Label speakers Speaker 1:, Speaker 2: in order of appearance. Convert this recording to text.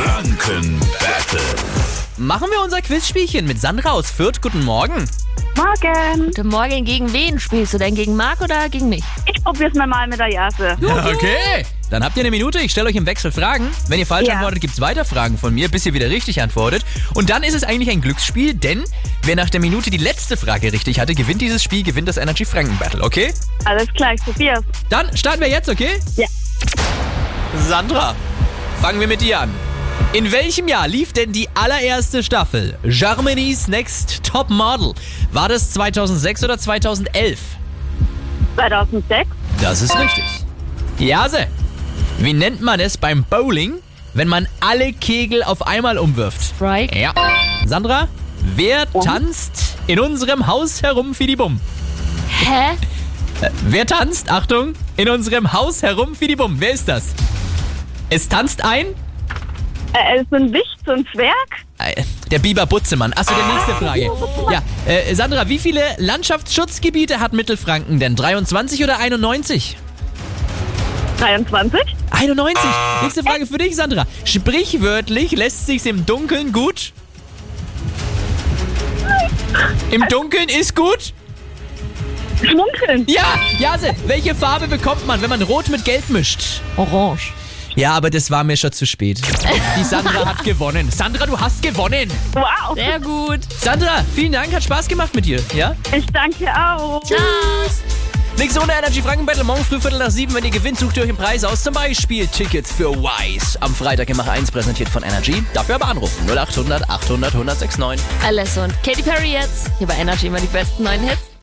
Speaker 1: Franken Battle.
Speaker 2: Machen wir unser Quizspielchen mit Sandra aus Fürth. Guten Morgen.
Speaker 3: Morgen.
Speaker 4: Guten Morgen, gegen wen spielst du denn? Gegen Marc oder gegen mich?
Speaker 3: Ich probier's mir mal mit der Jase.
Speaker 2: Okay. Dann habt ihr eine Minute. Ich stelle euch im Wechsel Fragen. Wenn ihr falsch
Speaker 3: Ja.
Speaker 2: antwortet, gibt es weiter Fragen von mir, bis ihr wieder richtig antwortet. Und dann ist es eigentlich ein Glücksspiel, denn wer nach der Minute die letzte Frage richtig hatte, gewinnt dieses Spiel, gewinnt das Energy Franken Battle, okay?
Speaker 3: Alles klar, ich probier's.
Speaker 2: Dann starten wir jetzt, okay?
Speaker 3: Ja.
Speaker 2: Sandra, fangen wir mit dir an. In welchem Jahr lief denn die allererste Staffel Germany's Next Top Model? War das 2006 oder 2011?
Speaker 3: 2006.
Speaker 2: Das ist richtig. Jase, wie nennt man es beim Bowling, wenn man alle Kegel auf einmal umwirft?
Speaker 4: Strike.
Speaker 2: Ja. Sandra, wer tanzt in unserem Haus herum, Fidibum?
Speaker 4: Hä?
Speaker 2: Wer tanzt, Achtung, in unserem Haus herum, Fidibum? Wer ist das? Es tanzt ein?
Speaker 3: Äh, es sind Wicht, so ein Zwerg.
Speaker 2: Äh, Der Biber Butzemann. Achso, die nächste Frage. Ja, äh, Sandra, wie viele Landschaftsschutzgebiete hat Mittelfranken denn? 23 oder 91?
Speaker 3: 23.
Speaker 2: 91. Nächste Frage für dich, Sandra. Sprichwörtlich lässt sich's im Dunkeln gut. Im Dunkeln ist gut?
Speaker 3: Schmunzeln.
Speaker 2: Ja, Jase, welche Farbe bekommt man, wenn man Rot mit Gelb mischt?
Speaker 4: Orange.
Speaker 2: Ja, aber das war mir schon zu spät. Die Sandra hat gewonnen. Sandra, du hast gewonnen.
Speaker 3: Wow.
Speaker 4: Sehr gut.
Speaker 2: Sandra, vielen Dank, hat Spaß gemacht mit dir. Ja?
Speaker 3: Ich danke auch.
Speaker 4: Tschüss.
Speaker 2: Nix ohne Energy Franken Battle. Morgen früh Viertel nach sieben. Wenn ihr gewinnt, sucht ihr euch einen Preis aus. Zum Beispiel Tickets für Wise. Am Freitag im Mach 1 präsentiert von Energy. Dafür aber anrufen. 0800 800 1069.
Speaker 4: Alessa und Katy Perry jetzt. Hier bei Energy immer die besten neuen Hits.